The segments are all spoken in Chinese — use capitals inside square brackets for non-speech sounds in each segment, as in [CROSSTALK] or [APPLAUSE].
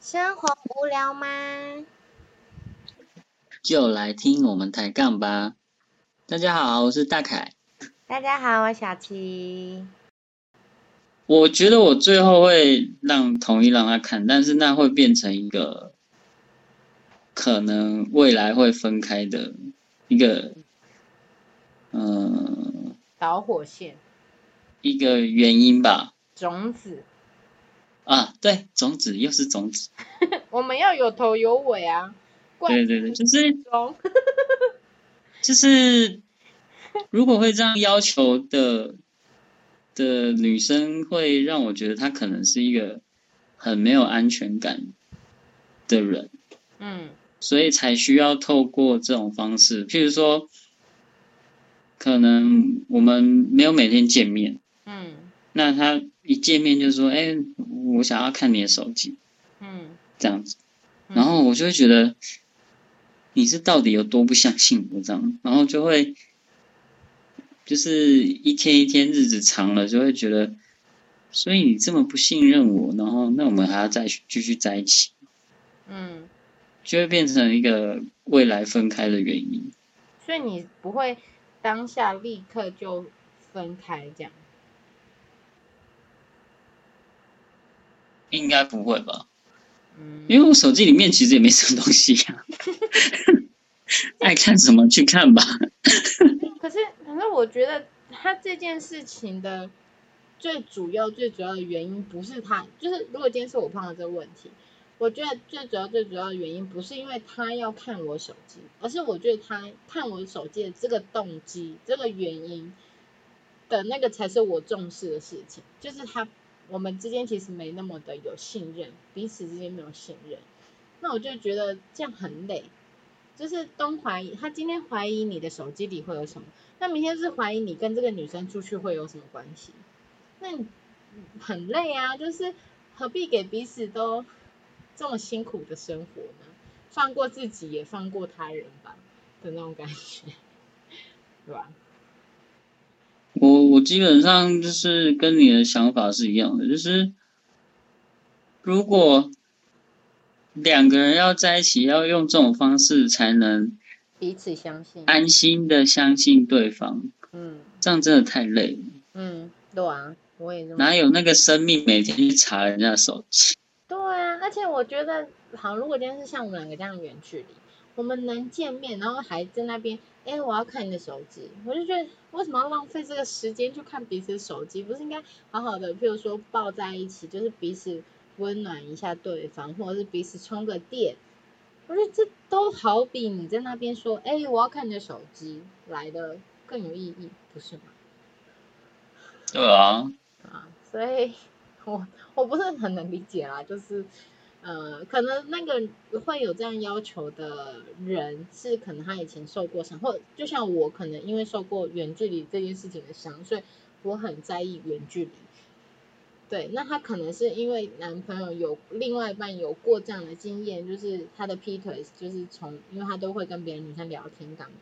生活无聊吗？就来听我们抬杠吧。大家好，我是大凯。大家好，我小七。我觉得我最后会让统一让他看，但是那会变成一个可能未来会分开的一个，嗯、导火线、一个原因吧。种子，啊，对，种子又是种子，我们要有头有尾啊。怪对对对，就是中，就是，如果会这样要求的的女生，会让我觉得她可能是一个很没有安全感的人，嗯所以才需要透过这种方式，譬如说，可能我们没有每天见面，嗯那她一见面就说：“哎、我想要看你的手机。”嗯，这样子，嗯然后我就会觉得你是到底有多不相信我这样，然后就会就是一天一天日子长了，就会觉得，所以你这么不信任我，然后那我们还要再继续在一起，嗯，就会变成一个未来分开的原因。所以你不会当下立刻就分开这样。应该不会吧？嗯，因为我手机里面其实也没什么东西 [LAUGHS] 呀、爱看什么去看吧。可是，可是我觉得他这件事情的最主要、最主要的原因不是他，就是如果今天是我碰到这个问题，我觉得最主要、最主要的原因不是因为他要看我手机，而是我觉得他看我手机的这个动机、这个原因的那个才是我重视的事情，就是他我们之间其实没那么的有信任，彼此之间没有信任，那我就觉得这样很累。就是东怀疑，他今天怀疑你的手机里会有什么，那明天是怀疑你跟这个女生出去会有什么关系，那你很累啊，就是何必给彼此都这么辛苦的生活呢？放过自己也放过他人吧的那种感觉，对吧？我我基本上就是跟你的想法是一样的，就是如果两个人要在一起，要用这种方式才能彼此相信，安心的相信对方，嗯这样真的太累了，嗯，对啊，我也这么哪有那个生命每天去查人家手机？对啊，而且我觉得，好，如果今天是像我们两个这样远距离，我们能见面，然后还在那边，哎，我要看你的手机，我就觉得为什么要浪费这个时间去看彼此的手机？不是应该好好的，譬如说抱在一起，就是彼此温暖一下对方，或者是彼此充个电。我觉得这都好比你在那边说，哎，我要看你的手机来的更有意义，不是吗？对啊，啊，所以我我不是很能理解啦，就是呃，可能那个会有这样要求的人，是可能他以前受过伤，或者就像我可能因为受过远距离这件事情的伤，所以我很在意远距离。对，那他可能是因为男朋友有另外一半有过这样的经验，就是他的劈腿，就是从因为他都会跟别的女生聊天干嘛，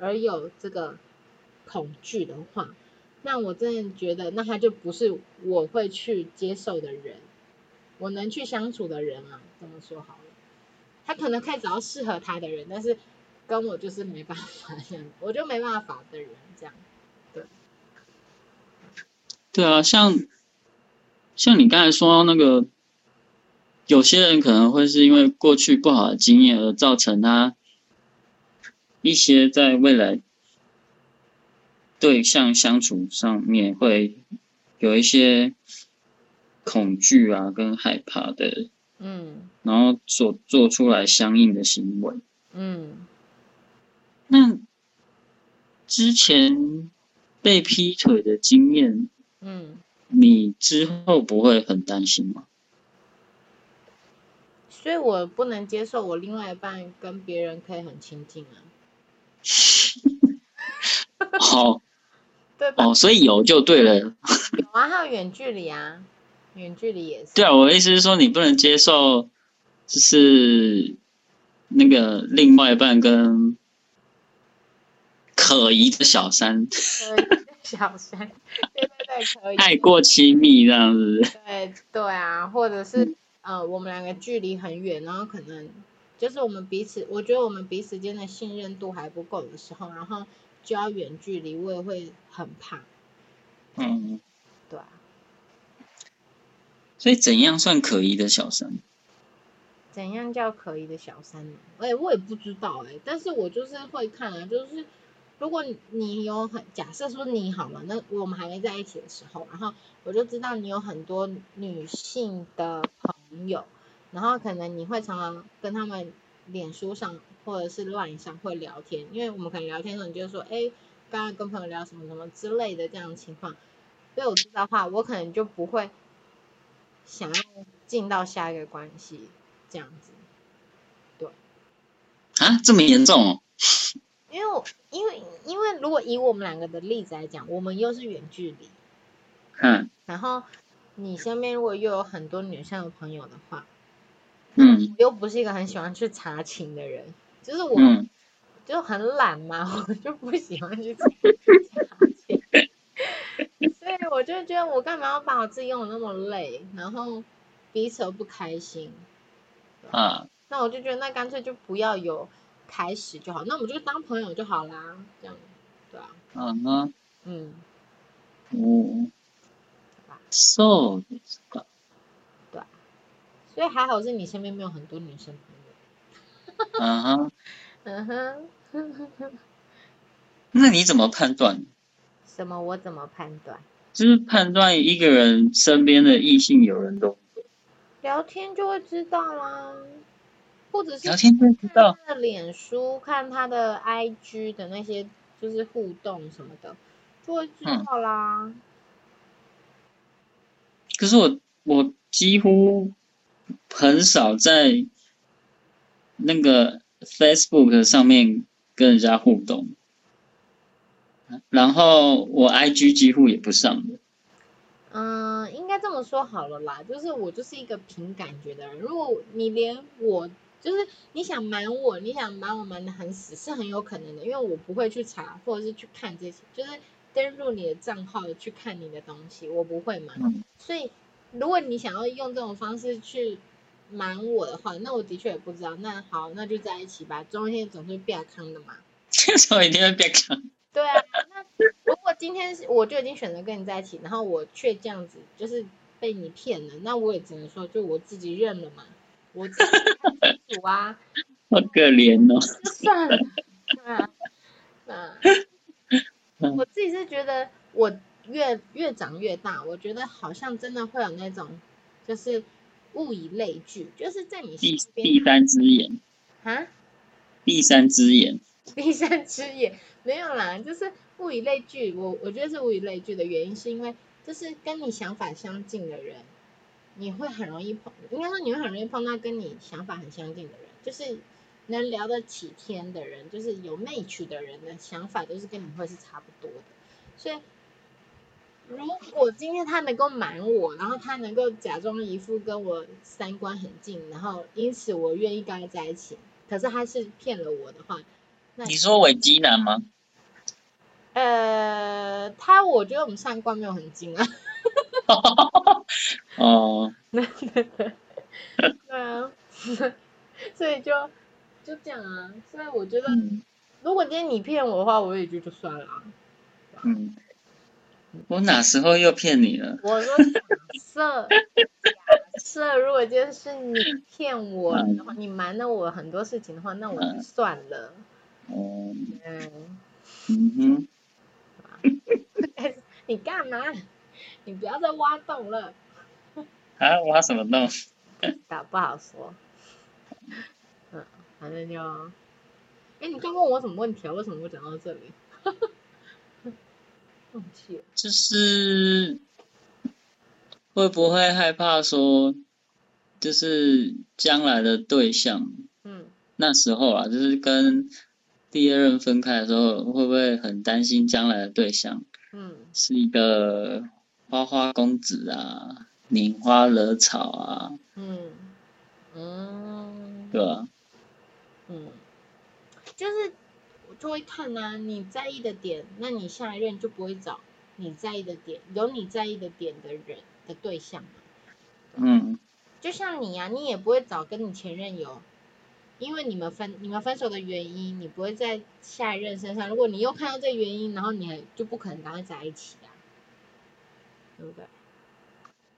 而有这个恐惧的话，那我真的觉得，那他就不是我会去接受的人，我能去相处的人啊，这么说好了。他可能可以找到适合他的人，但是跟我就是没办法这样，我就没办法的人这样。对啊，像像你刚才说到那个，有些人可能会是因为过去不好的经验而造成他一些在未来对象相处上面会有一些恐惧啊跟害怕的，嗯然后所做出来相应的行为。嗯那之前被劈腿的经验，嗯，你之后不会很担心吗？所以我不能接受我另外一半跟别人可以很亲近啊，好对吧？哦，所以有就对了。有啊，还有远距离啊，远距离也是。对啊，我的意思是说，你不能接受，就是那个另外一半跟可疑的小三可以小三，对对对，可以。太过亲密这样子。对对啊，或者是呃，我们两个距离很远，然后可能就是我们彼此，我觉得我们彼此间的信任度还不够的时候，然后就要远距离，我也会很怕，嗯，对啊，所以怎样算可疑的小三？怎样叫可疑的小三呢？哎、我也不知道哎、但是我就是会看啊，就是如果你有很假设说你好了，那我们还没在一起的时候，然后我就知道你有很多女性的朋友，然后可能你会常常跟他们脸书上或者是 LINE 上会聊天，因为我们可能聊天的时候你就说，哎，刚刚跟朋友聊什么什么之类的这样的情况，被我知道的话，我可能就不会想要进到下一个关系。这样子，啊，这么严重哦？因为我因为因为如果以我们两个的例子来讲，我们又是远距离，嗯然后你身边如果又有很多女生的朋友的话，嗯我又不是一个很喜欢去查寝的人，就是我、嗯，就很懒嘛， [LAUGHS] 我就不喜欢去查寝，所以我就觉得我干嘛要把我自己用的那么累，然后彼此又不开心，啊，那我就觉得那干脆就不要有开始就好，那我们就当朋友就好啦，这样，对啊，啊那嗯。哦，so 所以还好是你身边没有很多女生朋友。啊哈，嗯哼，那你怎么判断？什么？我怎么判断？就是判断一个人身边的异性友人都聊天就会知道啦，或者是聊天就知道看他的脸书、看他的 IG 的那些，就是互动什么的，就会知嗯道啦。可是我我几乎很少在那个 Facebook 上面跟人家互动，然后我 IG 几乎也不上的。嗯，应该这么说好了啦，就是我就是一个凭感觉的人。如果你连我，就是你想瞒我，你想瞒我瞒的很死，是很有可能的，因为我不会去查或者是去看这些，就是登录你的账号去看你的东西，我不会瞒。嗯所以如果你想要用这种方式去瞒我的话，那我的确也不知道。那好，那就在一起吧，中间总是变康的嘛。这时候一定会变康。对啊，那如果今天是我就已经选择跟你在一起，然后我却这样子就是被你骗了，那我也只能说就我自己认了嘛，我自己看清楚啊，好可怜哦。就算了，对啊，啊，我自己是觉得我越越长越大，我觉得好像真的会有那种就是物以类聚，就是在你第身第边三只眼，啊。第三只眼， [LAUGHS] 闭上只眼没有啦，就是物以类聚。我我觉得是物以类聚的原因，是因为就是跟你想法相近的人，你会很容易碰，应该说你会很容易碰到跟你想法很相近的人，就是能聊得起天的人，就是有 match 的人的想法都是跟你会是差不多的。所以，如果今天他能够瞒我，然后他能够假装一副跟我三观很近，然后因此我愿意跟他在一起，可是他是骗了我的话，那你说伪基男吗？呃，他我觉得我们三观没有很近啊。哦，对啊， [LAUGHS] 所以就就这样啊。所以我觉得，嗯如果今天你骗我的话，我也就就算了啊、嗯，我哪时候又骗你了？我说假设，假设如果今天是你骗我的话，你瞒了我很多事情的话，那我就算了。哦，嗯，嗯哼，你干嘛？你不要再挖洞了，啊，挖什么洞？打不好说。嗯，反正就，哎，你刚问我什么问题啊？为什么会讲到这里？ [LAUGHS] 忘记了。就是会不会害怕说，就是将来的对象嗯，那时候啊，就是跟第二任分开的时候，会不会很担心将来的对象嗯，是一个花花公子啊，拈花惹草啊，嗯，嗯，对吧、嗯，就是我就会看啊，你在意的点，那你下一任就不会找你在意的点，有你在意的点的人的对象嘛嗯就像你呀、你也不会找跟你前任有，因为你们分你们分手的原因，你不会在下一任身上。如果你又看到这原因，然后你还就不可能赶快在一起啊，对不对？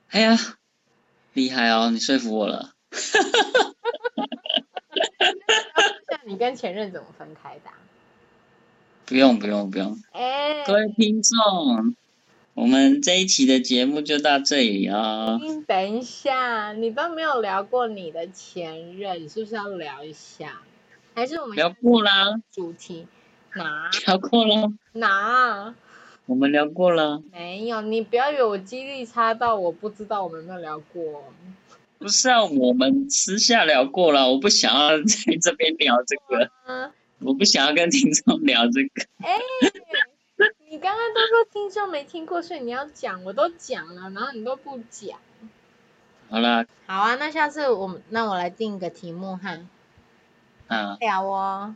哎呀，厉害哦，你说服我了。像你跟前任怎么分开的啊、不用不用不用，哎、各位听众，我们这一期的节目就到这里哦。嗯等一下，你都没有聊过你的前任，你是不是要聊一下？还是我们聊现在过啦，主题哪聊过啦，哪我们聊过啦。没有？你不要以为我记忆力差到我不知道我们有没有聊过。哦不是啊，我们私下聊过了，我不想要在这边聊这个，啊，我不想要跟听众聊这个。 [LAUGHS] 你刚刚都说听众没听过，所以你要讲，我都讲了，然后你都不讲。好啦，好啊，那下次我们那我来定个题目哈，啊，聊哦。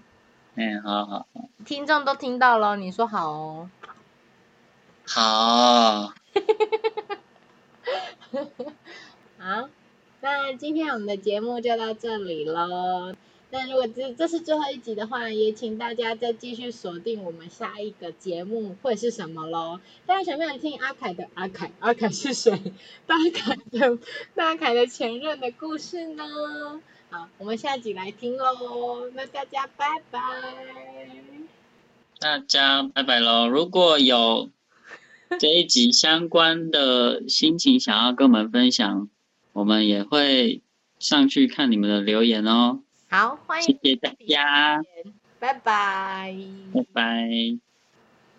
嗯，好好听众都听到了，你说好哦。好，好，那今天我们的节目就到这里喽。那如果这这是最后一集的话，也请大家再继续锁定我们下一个节目会是什么喽。大家想不想听阿凯的阿凯？阿凯是谁？大凯的大凯的前任的故事呢？好，我们下集来听喽。那大家拜拜。大家拜拜喽。如果有这一集相关的心情想要跟我们分享，我们也会上去看你们的留言哦。好，欢谢迎，谢大家，拜拜。拜拜。